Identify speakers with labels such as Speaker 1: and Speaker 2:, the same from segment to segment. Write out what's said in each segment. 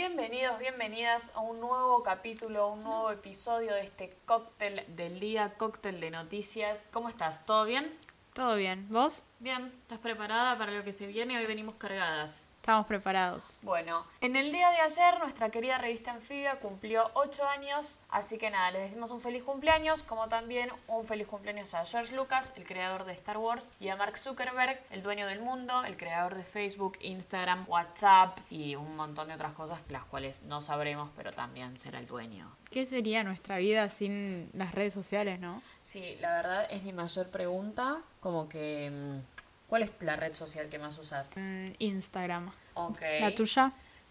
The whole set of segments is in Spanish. Speaker 1: Bienvenidos, bienvenidas a un nuevo capítulo, un nuevo episodio de este cóctel del día, cóctel de noticias. ¿Cómo estás? ¿Todo bien?
Speaker 2: Todo bien. ¿Vos?
Speaker 1: Bien, ¿estás preparada para lo que se viene? Hoy venimos cargadas.
Speaker 2: Estamos preparados.
Speaker 1: Bueno, en el día de ayer nuestra querida revista Anfibia cumplió 8 años, así que nada, les decimos un feliz cumpleaños, como también un feliz cumpleaños a George Lucas, el creador de Star Wars, y a Mark Zuckerberg, el dueño del mundo, el creador de Facebook, Instagram, WhatsApp y un montón de otras cosas, las cuales no sabremos, pero también será el dueño.
Speaker 2: ¿Qué sería nuestra vida sin las redes sociales, no?
Speaker 1: Sí, la verdad es mi mayor pregunta, como que... mm, ¿Cuál es la red social que más usas?
Speaker 2: Mm, Instagram.
Speaker 1: Ok.
Speaker 2: ¿La tuya?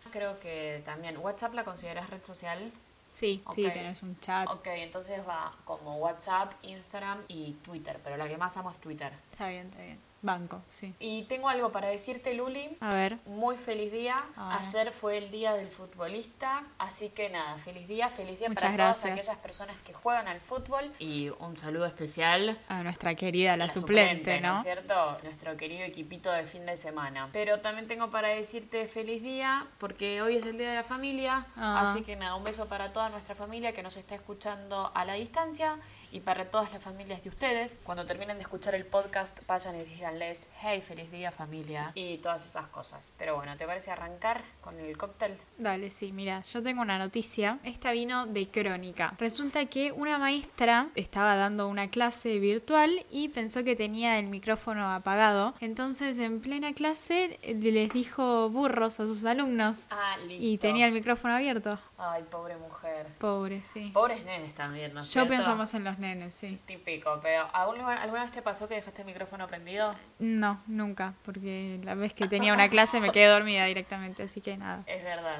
Speaker 1: Creo que también. ¿WhatsApp la consideras red social?
Speaker 2: Sí.
Speaker 1: Ok.
Speaker 2: Sí, tenés un chat.
Speaker 1: Ok, entonces va como WhatsApp, Instagram y Twitter, pero la que más amo es Twitter.
Speaker 2: Está bien, está bien. Banco, sí.
Speaker 1: Y tengo algo para decirte, Luli.
Speaker 2: A ver.
Speaker 1: Muy feliz día.
Speaker 2: Ah.
Speaker 1: Ayer fue el día del futbolista, así que nada, feliz día, feliz día
Speaker 2: Muchas
Speaker 1: para todas
Speaker 2: gracias.
Speaker 1: aquellas personas que juegan al fútbol. Y un saludo especial
Speaker 2: A nuestra querida, la, suplente,
Speaker 1: ¿no
Speaker 2: ¿no?
Speaker 1: es cierto? Nuestro querido equipito de fin de semana. Pero también tengo para decirte feliz día, porque hoy es el Día de la Familia.
Speaker 2: Ah.
Speaker 1: Así que nada, un beso para toda nuestra familia que nos está escuchando a la distancia y para todas las familias de ustedes. Cuando terminen de escuchar el podcast, vayan y díganles, hey, feliz día familia. Y todas esas cosas. Pero bueno, ¿te parece arrancar con el cóctel?
Speaker 2: Dale, sí, mira, yo tengo una noticia. Esta vino de crónica. Resulta que una maestra estaba dando una clase virtual y pensó que tenía el micrófono apagado. Entonces, en plena clase, eh, les dijo burros a sus alumnos
Speaker 1: Ah, listo.
Speaker 2: y tenía el micrófono abierto.
Speaker 1: Ay, pobre mujer.
Speaker 2: Pobre, sí.
Speaker 1: Pobres nenes también, ¿no es
Speaker 2: Yo
Speaker 1: cierto?
Speaker 2: pienso más en los nenes, sí.
Speaker 1: Típico, pero ¿algún- ¿alguna vez te pasó que dejaste el micrófono prendido?
Speaker 2: No, nunca, porque la vez que tenía una clase me quedé dormida directamente, así que nada.
Speaker 1: Es verdad.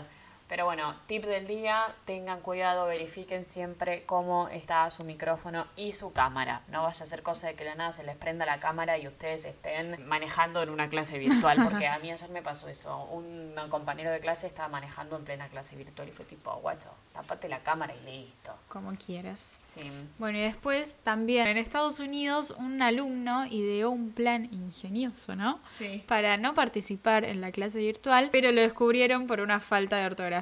Speaker 1: Pero bueno, tip del día, tengan cuidado, verifiquen siempre cómo está su micrófono y su cámara. No vaya a ser cosa de que la nada se les prenda la cámara y ustedes estén manejando en una clase virtual, porque a mí ayer me pasó eso. Un compañero de clase estaba manejando en plena clase virtual y fue tipo, guacho, tapate la cámara y listo.
Speaker 2: Como quieras.
Speaker 1: Sí.
Speaker 2: Bueno, y después también en Estados Unidos un alumno ideó un plan ingenioso, ¿no?
Speaker 1: Sí.
Speaker 2: Para no participar en la clase virtual, pero lo descubrieron por una falta de ortografía.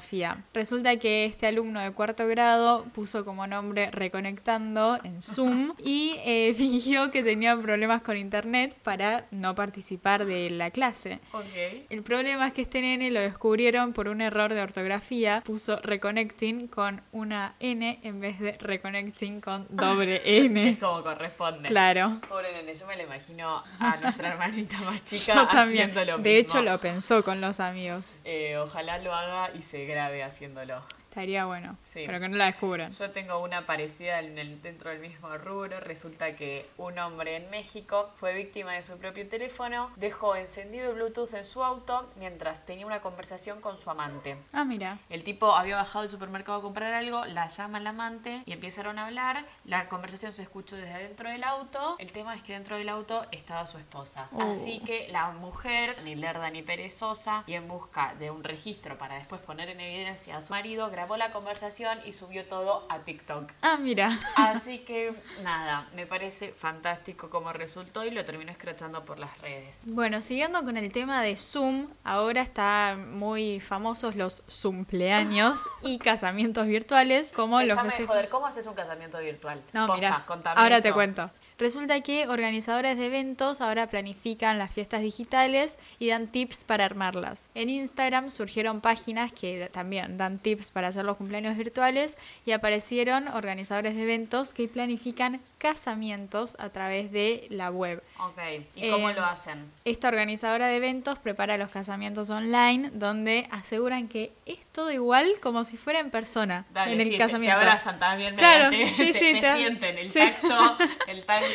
Speaker 2: Resulta que este alumno de cuarto grado puso como nombre Reconectando en Zoom y eh, fingió que tenía problemas con internet para no participar de la clase.
Speaker 1: Ok.
Speaker 2: El problema es que este nene lo descubrieron por un error de ortografía. Puso reconnecting con una N en vez de reconnecting con doble N.
Speaker 1: Es como corresponde.
Speaker 2: Claro.
Speaker 1: Pobre nene, yo me lo imagino a nuestra hermanita más chica
Speaker 2: Yo también.
Speaker 1: haciendo lo mismo.
Speaker 2: De hecho, lo pensó con los amigos.
Speaker 1: Eh, ojalá lo haga y se grabe haciéndolo.
Speaker 2: Estaría bueno.
Speaker 1: Sí.
Speaker 2: Pero que no la descubran.
Speaker 1: Yo tengo una parecida en el- dentro del mismo rubro. Resulta que un hombre en México fue víctima de su propio teléfono, dejó encendido el Bluetooth en su auto mientras tenía una conversación con su amante.
Speaker 2: Ah, mira.
Speaker 1: El tipo había bajado al supermercado a comprar algo, la llama el amante y empezaron a hablar. La conversación se escuchó desde dentro del auto. El tema es que dentro del auto estaba su esposa.
Speaker 2: Oh.
Speaker 1: Así que la mujer, ni lerda ni perezosa, y en busca de un registro para después poner en evidencia a su marido, grabó la conversación y subió todo a TikTok.
Speaker 2: Ah, mira.
Speaker 1: Así que nada, me parece fantástico como resultó y lo terminó escrachando por las redes.
Speaker 2: Bueno, siguiendo con el tema de Zoom, ahora están muy famosos los Zumpleaños y casamientos virtuales, como los
Speaker 1: Déjame de
Speaker 2: festejos-
Speaker 1: joder, ¿cómo haces un casamiento virtual?
Speaker 2: este- No,
Speaker 1: Posta,
Speaker 2: mira,
Speaker 1: contame
Speaker 2: ahora te
Speaker 1: eso.
Speaker 2: cuento. Resulta que organizadores de eventos ahora planifican las fiestas digitales y dan tips para armarlas. En Instagram surgieron páginas que también dan tips para hacer los cumpleaños virtuales y aparecieron organizadores de eventos que planifican casamientos a través de la web.
Speaker 1: Ok, ¿y cómo
Speaker 2: Eh,
Speaker 1: lo hacen?
Speaker 2: Esta organizadora de eventos prepara los casamientos online donde aseguran que es todo igual como si fuera en persona
Speaker 1: Dale,
Speaker 2: en el
Speaker 1: sí, te-
Speaker 2: casamiento.
Speaker 1: Te, abrazan también,
Speaker 2: Claro,
Speaker 1: mediante-
Speaker 2: sí,
Speaker 1: te,
Speaker 2: sí,
Speaker 1: te
Speaker 2: te-
Speaker 1: sienten el
Speaker 2: sí.
Speaker 1: tacto, el tacto.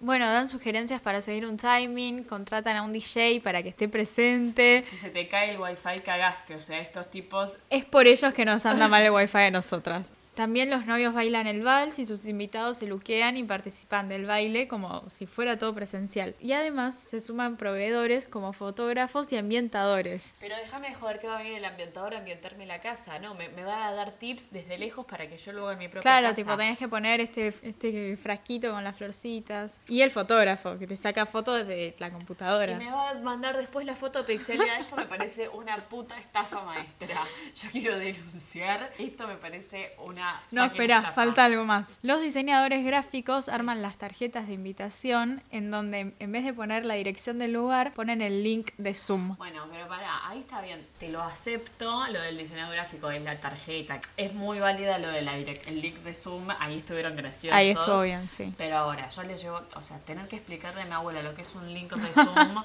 Speaker 2: Bueno, dan sugerencias para seguir un timing, contratan a un DJ para que esté presente.
Speaker 1: Si se te cae el wifi cagaste, o sea, estos tipos
Speaker 2: Es por ellos que nos anda mal el wifi de nosotras. También los novios bailan el vals y sus invitados se luquean y participan del baile como si fuera todo presencial. Y además se suman proveedores como fotógrafos y ambientadores.
Speaker 1: Pero déjame de joder que va a venir el ambientador a ambientarme la casa, ¿no? Me, me va a dar tips desde lejos para que yo lo haga en mi propia
Speaker 2: Claro,
Speaker 1: casa.
Speaker 2: tipo, tenés que poner este, este frasquito con las florcitas. Y el fotógrafo, que te saca fotos desde la
Speaker 1: Y
Speaker 2: computadora.
Speaker 1: me va a mandar después la foto pixelada. Esto me parece una puta estafa maestra. Yo quiero denunciar. Esto me parece una.
Speaker 2: No,
Speaker 1: fucking
Speaker 2: espera,
Speaker 1: estafa.
Speaker 2: falta algo más. Los diseñadores gráficos arman las tarjetas de invitación en donde en vez de poner la dirección del lugar, ponen el link de Zoom.
Speaker 1: Bueno, pero pará, ahí está bien. Te lo acepto. Lo del diseñador gráfico es la tarjeta. Es muy válida lo del el link de Zoom. Ahí estuvieron graciosos.
Speaker 2: Ahí estuvo bien, sí.
Speaker 1: Pero ahora, yo les llevo. O sea, tener que explicarle a mi abuela lo que es un link de Zoom.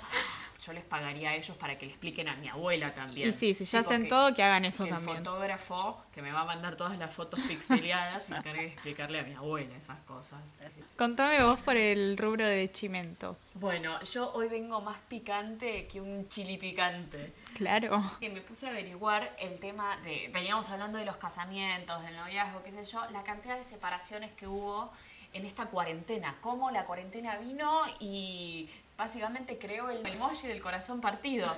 Speaker 1: Yo les pagaría a ellos para que le expliquen a mi abuela también.
Speaker 2: Y sí, si ya
Speaker 1: Tipo
Speaker 2: hacen
Speaker 1: que-
Speaker 2: todo, que hagan eso
Speaker 1: que el
Speaker 2: también.
Speaker 1: fotógrafo que me va a mandar todas las fotos pixeleadas se encargue de explicarle a mi abuela esas cosas.
Speaker 2: Contame vos por el rubro de chimentos.
Speaker 1: Bueno, yo hoy vengo más picante que un chili picante.
Speaker 2: Claro.
Speaker 1: Que me puse a averiguar el tema de. Veníamos hablando de los casamientos, del noviazgo, qué sé yo, la cantidad de separaciones que hubo en esta cuarentena. Cómo la cuarentena vino y básicamente creó el emoji del corazón partido.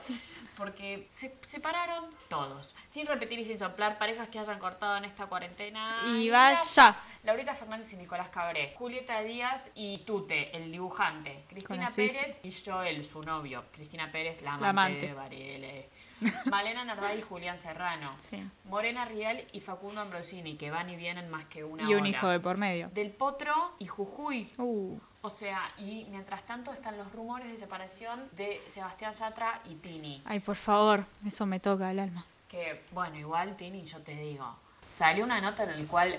Speaker 1: Porque se separaron todos. Sin repetir y sin soplar, parejas que hayan cortado en esta cuarentena.
Speaker 2: Y
Speaker 1: Ah, mira,
Speaker 2: vaya.
Speaker 1: Laurita Fernández y Nicolás Cabré, Julieta Díaz y Tute, el dibujante, Cristina
Speaker 2: Conocí, sí.
Speaker 1: Pérez y Joel, su novio, Cristina Pérez, la amante,
Speaker 2: La amante.
Speaker 1: de Varele, Malena Narváez y Julián Serrano,
Speaker 2: Sí.
Speaker 1: Morena Rial y Facundo Ambrosini, que van y vienen más que una
Speaker 2: y un
Speaker 1: hora.
Speaker 2: hijo de por medio.
Speaker 1: Del Potro y Jujuy.
Speaker 2: Uh,
Speaker 1: O sea, y mientras tanto están los rumores de separación de Sebastián Yatra y Tini.
Speaker 2: ay, por favor, eso me toca el alma.
Speaker 1: Que, bueno, igual, Tini, yo te digo, salió una nota en la cual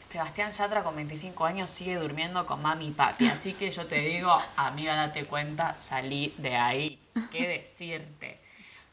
Speaker 1: Sebastián Yatra con 25 años sigue durmiendo con mami y papi. Así que yo te digo, amiga, date cuenta, salí de ahí. ¿Qué decirte?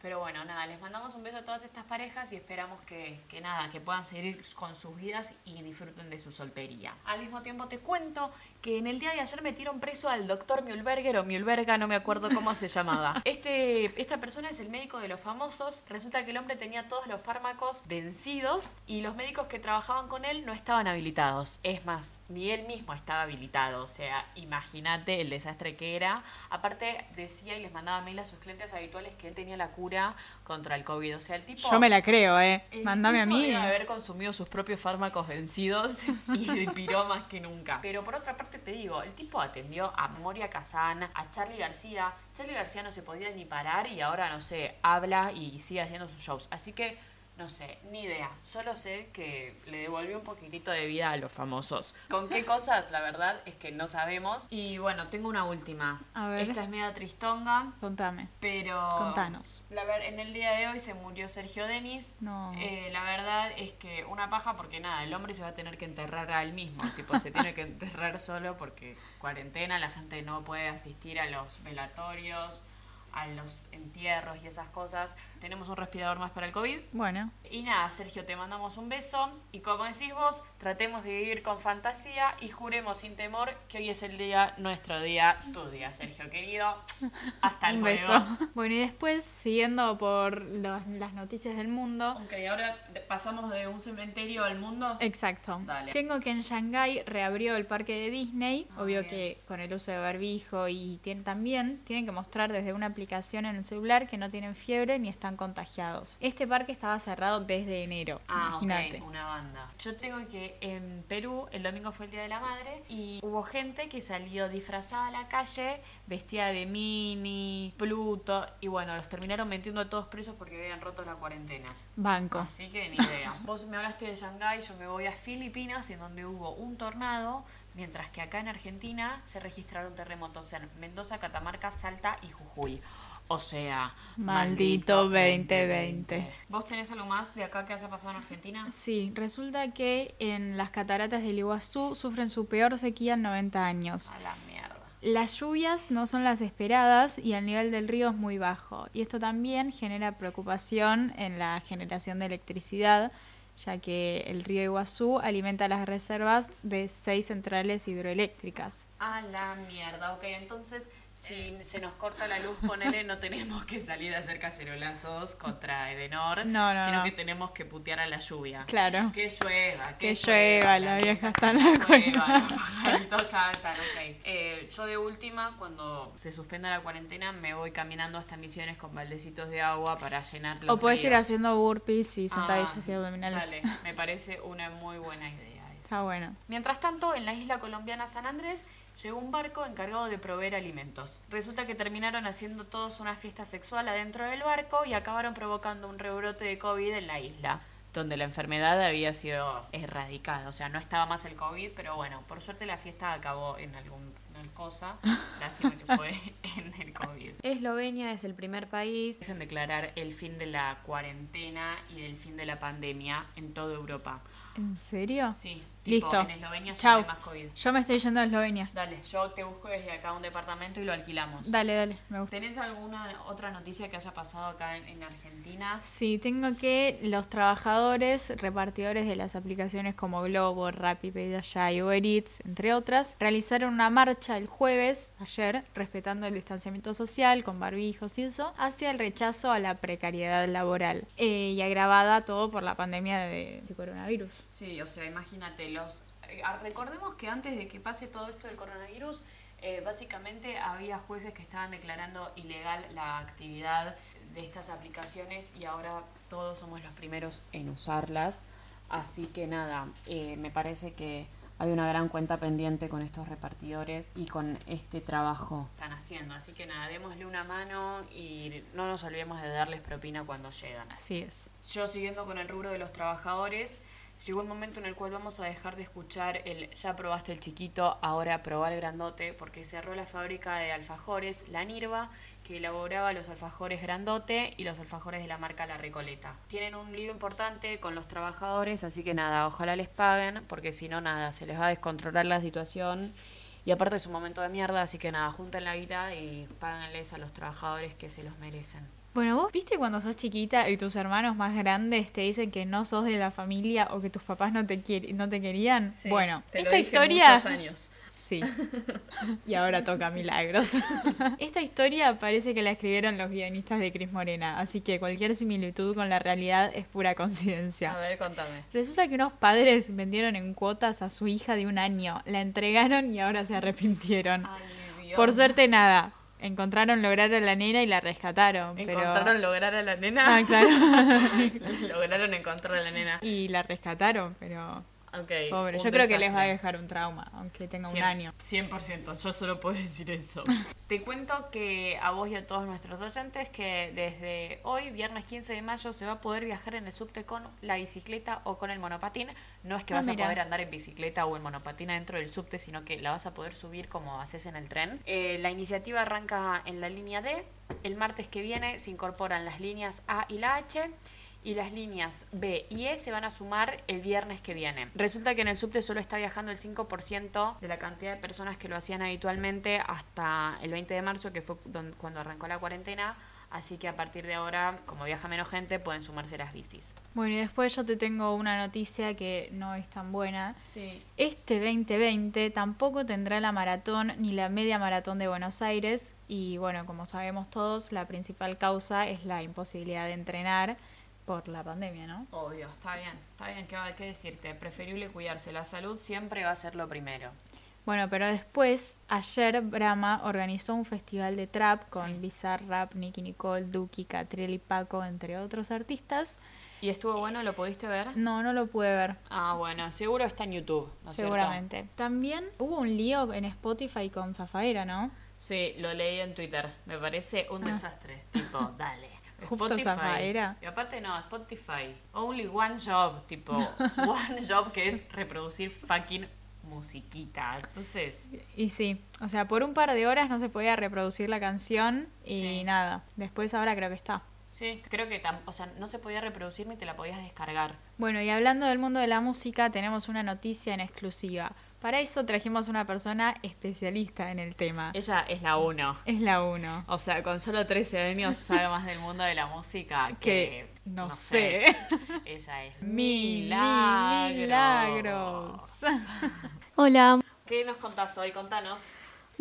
Speaker 1: Pero bueno, nada, les mandamos un beso a todas estas parejas y esperamos que, que nada, que puedan seguir con sus vidas y disfruten de su soltería. Al mismo tiempo te cuento que en el día de ayer metieron preso al doctor Mühlberger o Mühlberga, no me acuerdo cómo se llamaba. Este, esta persona es el médico de los famosos. Resulta que el hombre tenía todos los fármacos vencidos y los médicos que trabajaban con él no estaban habilitados. Es más, ni él mismo estaba habilitado. O sea, imagínate el desastre que era. Aparte, decía y les mandaba mail a sus clientes habituales que él tenía la cura contra el COVID. O sea, el tipo.
Speaker 2: Yo me la creo, eh.
Speaker 1: El
Speaker 2: Mándame a
Speaker 1: tipo
Speaker 2: mí.
Speaker 1: debe haber consumido sus propios fármacos vencidos y piró más que nunca. Pero por otra parte te digo, el tipo atendió a Moria Kazan, a Charlie García. Charlie García no se podía ni parar y ahora, no sé, habla y sigue haciendo sus shows. Así que, no sé, ni idea. Solo sé que le devolvió un poquitito de vida a los famosos. ¿Con qué cosas? La verdad es que no sabemos. Y bueno, tengo una última.
Speaker 2: A ver.
Speaker 1: Esta es media tristonga,
Speaker 2: Contame.
Speaker 1: pero...
Speaker 2: Contanos.
Speaker 1: La ver, en el día de hoy se murió Sergio Denis.
Speaker 2: No.
Speaker 1: Eh, la verdad es que una paja porque nada, el hombre se va a tener que enterrar a él mismo. Tipo, se tiene que enterrar solo porque cuarentena, la gente no puede asistir a los velatorios, a los entierros y esas cosas. Tenemos un respirador más para el COVID.
Speaker 2: Bueno,
Speaker 1: Y nada, Sergio, te mandamos un beso. Y como decís vos, tratemos de vivir con fantasía y juremos sin temor que hoy es el día, nuestro día, tu día, Sergio querido. Hasta
Speaker 2: un
Speaker 1: luego.
Speaker 2: beso. Bueno, y después, siguiendo por los- las noticias del mundo.
Speaker 1: Ok, ahora de- pasamos de un cementerio al mundo.
Speaker 2: Exacto.
Speaker 1: Dale.
Speaker 2: Tengo que en Shanghái reabrió el parque de Disney.
Speaker 1: Ah,
Speaker 2: Obvio
Speaker 1: bien.
Speaker 2: que con el uso de barbijo y tien- también tienen que mostrar desde una aplicación en el celular que no tienen fiebre ni están contagiados. Este parque estaba cerrado desde enero.
Speaker 1: Ah, ok,
Speaker 2: Imagínate.
Speaker 1: una banda. Yo tengo que en Perú, el domingo fue el Día de la Madre y hubo gente que salió disfrazada a la calle, vestida de Mini, Pluto, y bueno, los terminaron metiendo a todos presos porque habían roto la cuarentena.
Speaker 2: Banco.
Speaker 1: Así que ni idea. Vos me hablaste de Shanghái, yo me voy a Filipinas, en donde hubo un tornado, mientras que acá en Argentina se registraron terremotos en Mendoza, Catamarca, Salta y Jujuy. O sea,
Speaker 2: Maldito 2020.
Speaker 1: ¿Vos tenés algo más de acá que haya pasado en Argentina?
Speaker 2: Sí, resulta que en las cataratas del Iguazú sufren su peor sequía en 90 años.
Speaker 1: A la mierda.
Speaker 2: Las lluvias no son las esperadas y el nivel del río es muy bajo. Y esto también genera preocupación en la generación de electricidad, ya que el río Iguazú alimenta las reservas de seis centrales hidroeléctricas.
Speaker 1: A la mierda, ok. Entonces, si se nos corta la luz, ponele, no tenemos que salir a hacer cacerolazos contra Edenor,
Speaker 2: No, no,
Speaker 1: sino
Speaker 2: no.
Speaker 1: que tenemos que putear a la lluvia.
Speaker 2: Claro.
Speaker 1: Que llueva, que,
Speaker 2: Que llueva, la vieja está en la
Speaker 1: Llueva,
Speaker 2: cueva.
Speaker 1: los pajaritos cantan, ok. Eh, yo de última, cuando se suspenda la cuarentena, me voy caminando hasta misiones con baldecitos de agua para llenar los
Speaker 2: O puedes ir
Speaker 1: ríos.
Speaker 2: haciendo burpees y
Speaker 1: Ah,
Speaker 2: sentadillas y abdominales.
Speaker 1: Dale, me parece una muy buena idea esa.
Speaker 2: Está bueno.
Speaker 1: Mientras tanto, en la isla colombiana San Andrés llegó un barco encargado de proveer alimentos. Resulta que terminaron haciendo todos una fiesta sexual adentro del barco y acabaron provocando un rebrote de COVID en la isla, donde la enfermedad había sido erradicada. O sea, no estaba más el COVID, pero bueno, por suerte la fiesta acabó en alguna cosa. Lástima que fue en el COVID. Eslovenia es el primer país en declarar el fin de la cuarentena y el fin de la pandemia en toda Europa.
Speaker 2: ¿En serio?
Speaker 1: Sí, tipo,
Speaker 2: Listo.
Speaker 1: en Eslovenia se
Speaker 2: Chau.
Speaker 1: ve más COVID.
Speaker 2: Yo me estoy yendo a Eslovenia.
Speaker 1: Dale, yo te busco desde acá un departamento y lo alquilamos.
Speaker 2: Dale, dale, me gusta.
Speaker 1: ¿Tenés alguna otra noticia que haya pasado acá en, en Argentina?
Speaker 2: Sí, tengo que los trabajadores repartidores de las aplicaciones como Globo, Rappi, Pediasha y Uber Eats, entre otras, realizaron una marcha el jueves, ayer, respetando el distanciamiento social con barbijos y eso, hacia el rechazo a la precariedad laboral eh, y agravada todo por la pandemia de, de coronavirus.
Speaker 1: Sí, o sea, imagínate, los eh, ah, recordemos que antes de que pase todo esto del coronavirus, eh, básicamente había jueces que estaban declarando ilegal la actividad de estas aplicaciones y ahora todos somos los primeros en usarlas. Así que nada, eh, me parece que hay una gran cuenta pendiente con estos repartidores y con este trabajo. Están haciendo, así que nada, démosle una mano y no nos olvidemos de darles propina cuando llegan.
Speaker 2: Así es.
Speaker 1: Yo siguiendo con el rubro de los trabajadores, llegó el momento en el cual vamos a dejar de escuchar el ya probaste el chiquito, ahora probá el grandote, porque cerró la fábrica de alfajores, la Nirva, que elaboraba los alfajores grandote y los alfajores de la marca La Recoleta. Tienen un lío importante con los trabajadores, así que nada, ojalá les paguen, porque si no, nada, se les va a descontrolar la situación. Y aparte es un momento de mierda, así que nada, junten la guita y páganles a los trabajadores que se los merecen.
Speaker 2: Bueno, vos viste cuando sos chiquita y tus hermanos más grandes te dicen que no sos de la familia o que tus papás no te, quier- no te querían. bueno, esta historia... Sí. Y ahora toca milagros. Esta historia parece que la escribieron los guionistas de Cris Morena, así que cualquier similitud con la realidad es pura
Speaker 1: A
Speaker 2: coincidencia.
Speaker 1: ver, contame.
Speaker 2: Resulta que unos padres vendieron en cuotas a su hija de un año, la entregaron y ahora se arrepintieron.
Speaker 1: Ah,
Speaker 2: Por suerte nada, encontraron lograr a la nena y la rescataron. pero-
Speaker 1: Encontraron lograr a la nena.
Speaker 2: Ah, claro.
Speaker 1: Lograron encontrar a la nena.
Speaker 2: y la rescataron, pero
Speaker 1: Okay,
Speaker 2: pobre.
Speaker 1: un
Speaker 2: Yo creo que les
Speaker 1: desastre.
Speaker 2: va a dejar un trauma, aunque tenga un
Speaker 1: Cien-
Speaker 2: año.
Speaker 1: 100%, yo solo puedo decir eso. Te cuento que a vos y a todos nuestros oyentes que desde hoy, viernes 15 de mayo, se va a poder viajar en el subte con la bicicleta o con el monopatín. No es que
Speaker 2: Ah,
Speaker 1: vas
Speaker 2: mira.
Speaker 1: a poder andar en bicicleta o en monopatín adentro del subte, sino que la vas a poder subir como haces en el tren. Eh, la iniciativa arranca en la línea D. El martes que viene se incorporan las líneas A y la H. Y las líneas B y E se van a sumar el viernes que viene. Resulta que en el subte solo está viajando el 5% de la cantidad de personas que lo hacían habitualmente hasta el 20 de marzo, que fue don- cuando arrancó la cuarentena. Así que a partir de ahora, como viaja menos gente, pueden sumarse las bicis.
Speaker 2: Bueno, y después yo te tengo una noticia que no es tan buena.
Speaker 1: Sí.
Speaker 2: Este 2020 tampoco tendrá la maratón ni la media maratón de Buenos Aires y bueno, como sabemos todos, la principal causa es la imposibilidad de entrenar por la pandemia, ¿no?
Speaker 1: Obvio, está bien, está bien, ¿qué, va- qué decirte? Preferible cuidarse, la salud siempre va a ser lo primero.
Speaker 2: Bueno, pero después, ayer Brahma organizó un festival de trap con
Speaker 1: Sí.
Speaker 2: Bizarrap, Nicky Nicole, Duki, Catriel y Paco, entre otros artistas.
Speaker 1: ¿Y estuvo bueno? ¿Lo pudiste ver?
Speaker 2: No, no lo pude ver.
Speaker 1: Ah, bueno, seguro está en YouTube, ¿no es cierto?
Speaker 2: seguramente. También hubo un lío en Spotify con Zafaera, ¿no?
Speaker 1: Sí, lo leí en Twitter. Me parece un desastre. Tipo, dale.
Speaker 2: Ah. Justo Zafaera.
Speaker 1: Y aparte no, Spotify. Only one job, tipo, one job que es reproducir fucking musiquita. Entonces,
Speaker 2: Y sí, o sea, por un par de horas no se podía reproducir la canción y
Speaker 1: Sí.
Speaker 2: nada. Después ahora creo que está.
Speaker 1: sí, creo que tam- o sea, no se podía reproducir ni te la podías descargar.
Speaker 2: Bueno, y hablando del mundo de la música, tenemos una noticia en exclusiva. Para eso trajimos una persona especialista en el tema. Es,
Speaker 1: Ella es la uno.
Speaker 2: la 1.
Speaker 1: O sea, con solo 13 años sabe más del mundo de la música que...
Speaker 2: Que no sé.
Speaker 1: Ella es
Speaker 2: Mi-
Speaker 1: Milagros.
Speaker 2: Milagros.
Speaker 3: Hola,
Speaker 1: ¿Qué nos contás hoy? Contanos.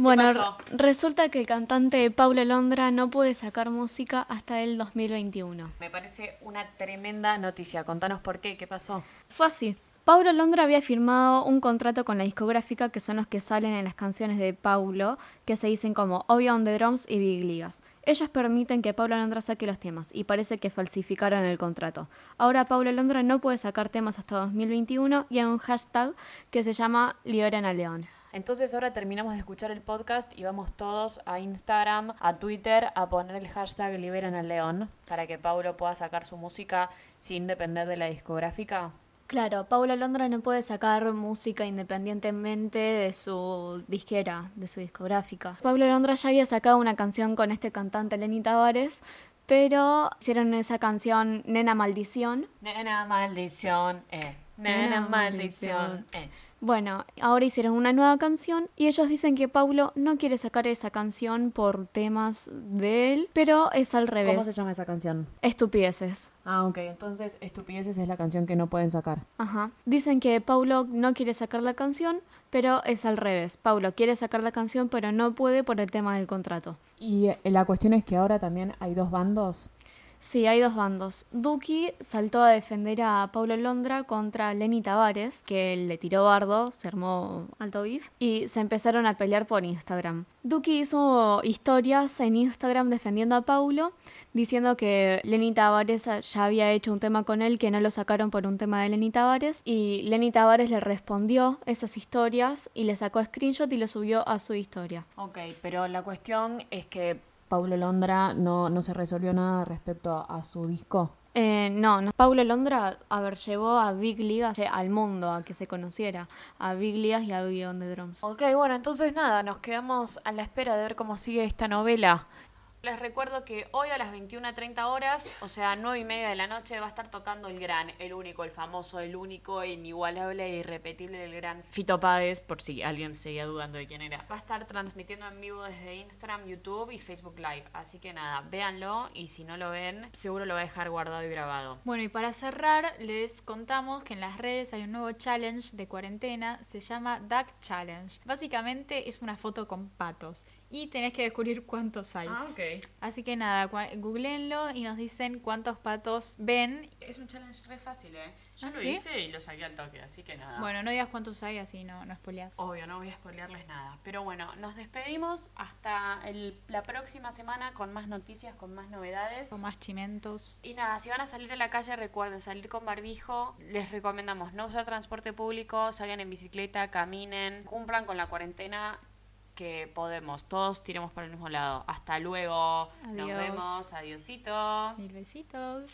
Speaker 3: Bueno,
Speaker 2: pasó?
Speaker 3: re- resulta que el cantante Paulo Londra no puede sacar música hasta el 2021.
Speaker 1: Me parece una tremenda noticia. Contanos por qué, qué pasó.
Speaker 3: Fue así. Paulo Londra había firmado un contrato con la discográfica que son los que salen en las canciones de Paulo, que se dicen como Obvio on the Drums y Big Ligas. Ellos permiten que Paulo Londra saque los temas y parece que falsificaron el contrato. Ahora Paulo Londra no puede sacar temas hasta 2021 y hay un hashtag que se llama Liorena León.
Speaker 1: Entonces ahora terminamos de escuchar el podcast y vamos todos a Instagram, a Twitter, a poner el hashtag Liberan al León para que Paulo pueda sacar su música sin depender de la discográfica.
Speaker 3: Claro, Paulo Londra no puede sacar música independientemente de su disquera, de su discográfica. Paulo Londra ya había sacado una canción con este cantante Lenny Tavares, pero hicieron esa canción Nena Maldición.
Speaker 1: Nena maldición, eh. Nena,
Speaker 3: Nena,
Speaker 1: maldición, eh.
Speaker 3: Bueno, ahora hicieron una nueva canción y ellos dicen que Paulo no quiere sacar esa canción por temas de él, pero es al revés.
Speaker 1: ¿Cómo se llama esa canción?
Speaker 3: Estupideces.
Speaker 1: Ah, ok. Entonces, Estupideces es la canción que no pueden sacar.
Speaker 3: Ajá. Dicen que Paulo no quiere sacar la canción, pero es al revés. Paulo quiere sacar la canción, pero no puede por el tema del contrato.
Speaker 1: Y eh, la cuestión es que ahora también hay dos bandos.
Speaker 3: Sí, hay dos bandos. Duki saltó a defender a Paulo Londra contra Lenny Tavares, que le tiró bardo, se armó alto beef, y se empezaron a pelear por Instagram. Duki hizo historias en Instagram defendiendo a Paulo, diciendo que Lenny Tavares ya había hecho un tema con él, que no lo sacaron por un tema de Lenny Tavares, y Lenny Tavares le respondió esas historias y le sacó screenshot y lo subió a su historia.
Speaker 1: Ok, pero la cuestión es que Paulo Londra no, no se resolvió nada respecto a, a su disco.
Speaker 3: Eh, no, no. Paulo Londra, a ver, llevó a Big Ligas eh, al mundo, a que se conociera, a Big Ligas y a Big on the Drums.
Speaker 1: Ok, bueno, entonces nada, nos quedamos a la espera de ver cómo sigue esta novela. Les recuerdo que hoy a las 21.30 horas, o sea, 9 y media de la noche, va a estar tocando el gran, el único, el famoso, el único, inigualable e irrepetible del gran Fito Páez, por si alguien seguía dudando de quién era. Va a estar transmitiendo en vivo desde Instagram, YouTube y Facebook Live. Así que nada, véanlo y si no lo ven, seguro lo va a dejar guardado y grabado.
Speaker 2: Bueno, y para cerrar, les contamos que en las redes hay un nuevo challenge de cuarentena, se llama Duck Challenge. Básicamente es una foto con patos y tenés que descubrir cuántos hay.
Speaker 1: Ah, ok.
Speaker 2: Así que nada, cua- googleenlo y nos dicen cuántos patos ven.
Speaker 1: Es un challenge re fácil, ¿eh?
Speaker 2: Yo ¿Ah, lo sí? hice
Speaker 1: y lo saqué al toque, así que nada.
Speaker 2: Bueno, no digas cuántos hay, así no, no spoileás.
Speaker 1: Obvio, no voy a spoilearles nada. Pero bueno, nos despedimos hasta el- la próxima semana con más noticias, con más novedades.
Speaker 2: O más chimentos.
Speaker 1: Y nada, si van a salir a la calle, recuerden salir con barbijo. Les recomendamos no usar transporte público, salgan en bicicleta, caminen, cumplan con la cuarentena que podemos. Todos tiremos para el mismo lado. Hasta luego. Nos
Speaker 2: Adiós.
Speaker 1: vemos. Adiosito.
Speaker 2: Mil besitos.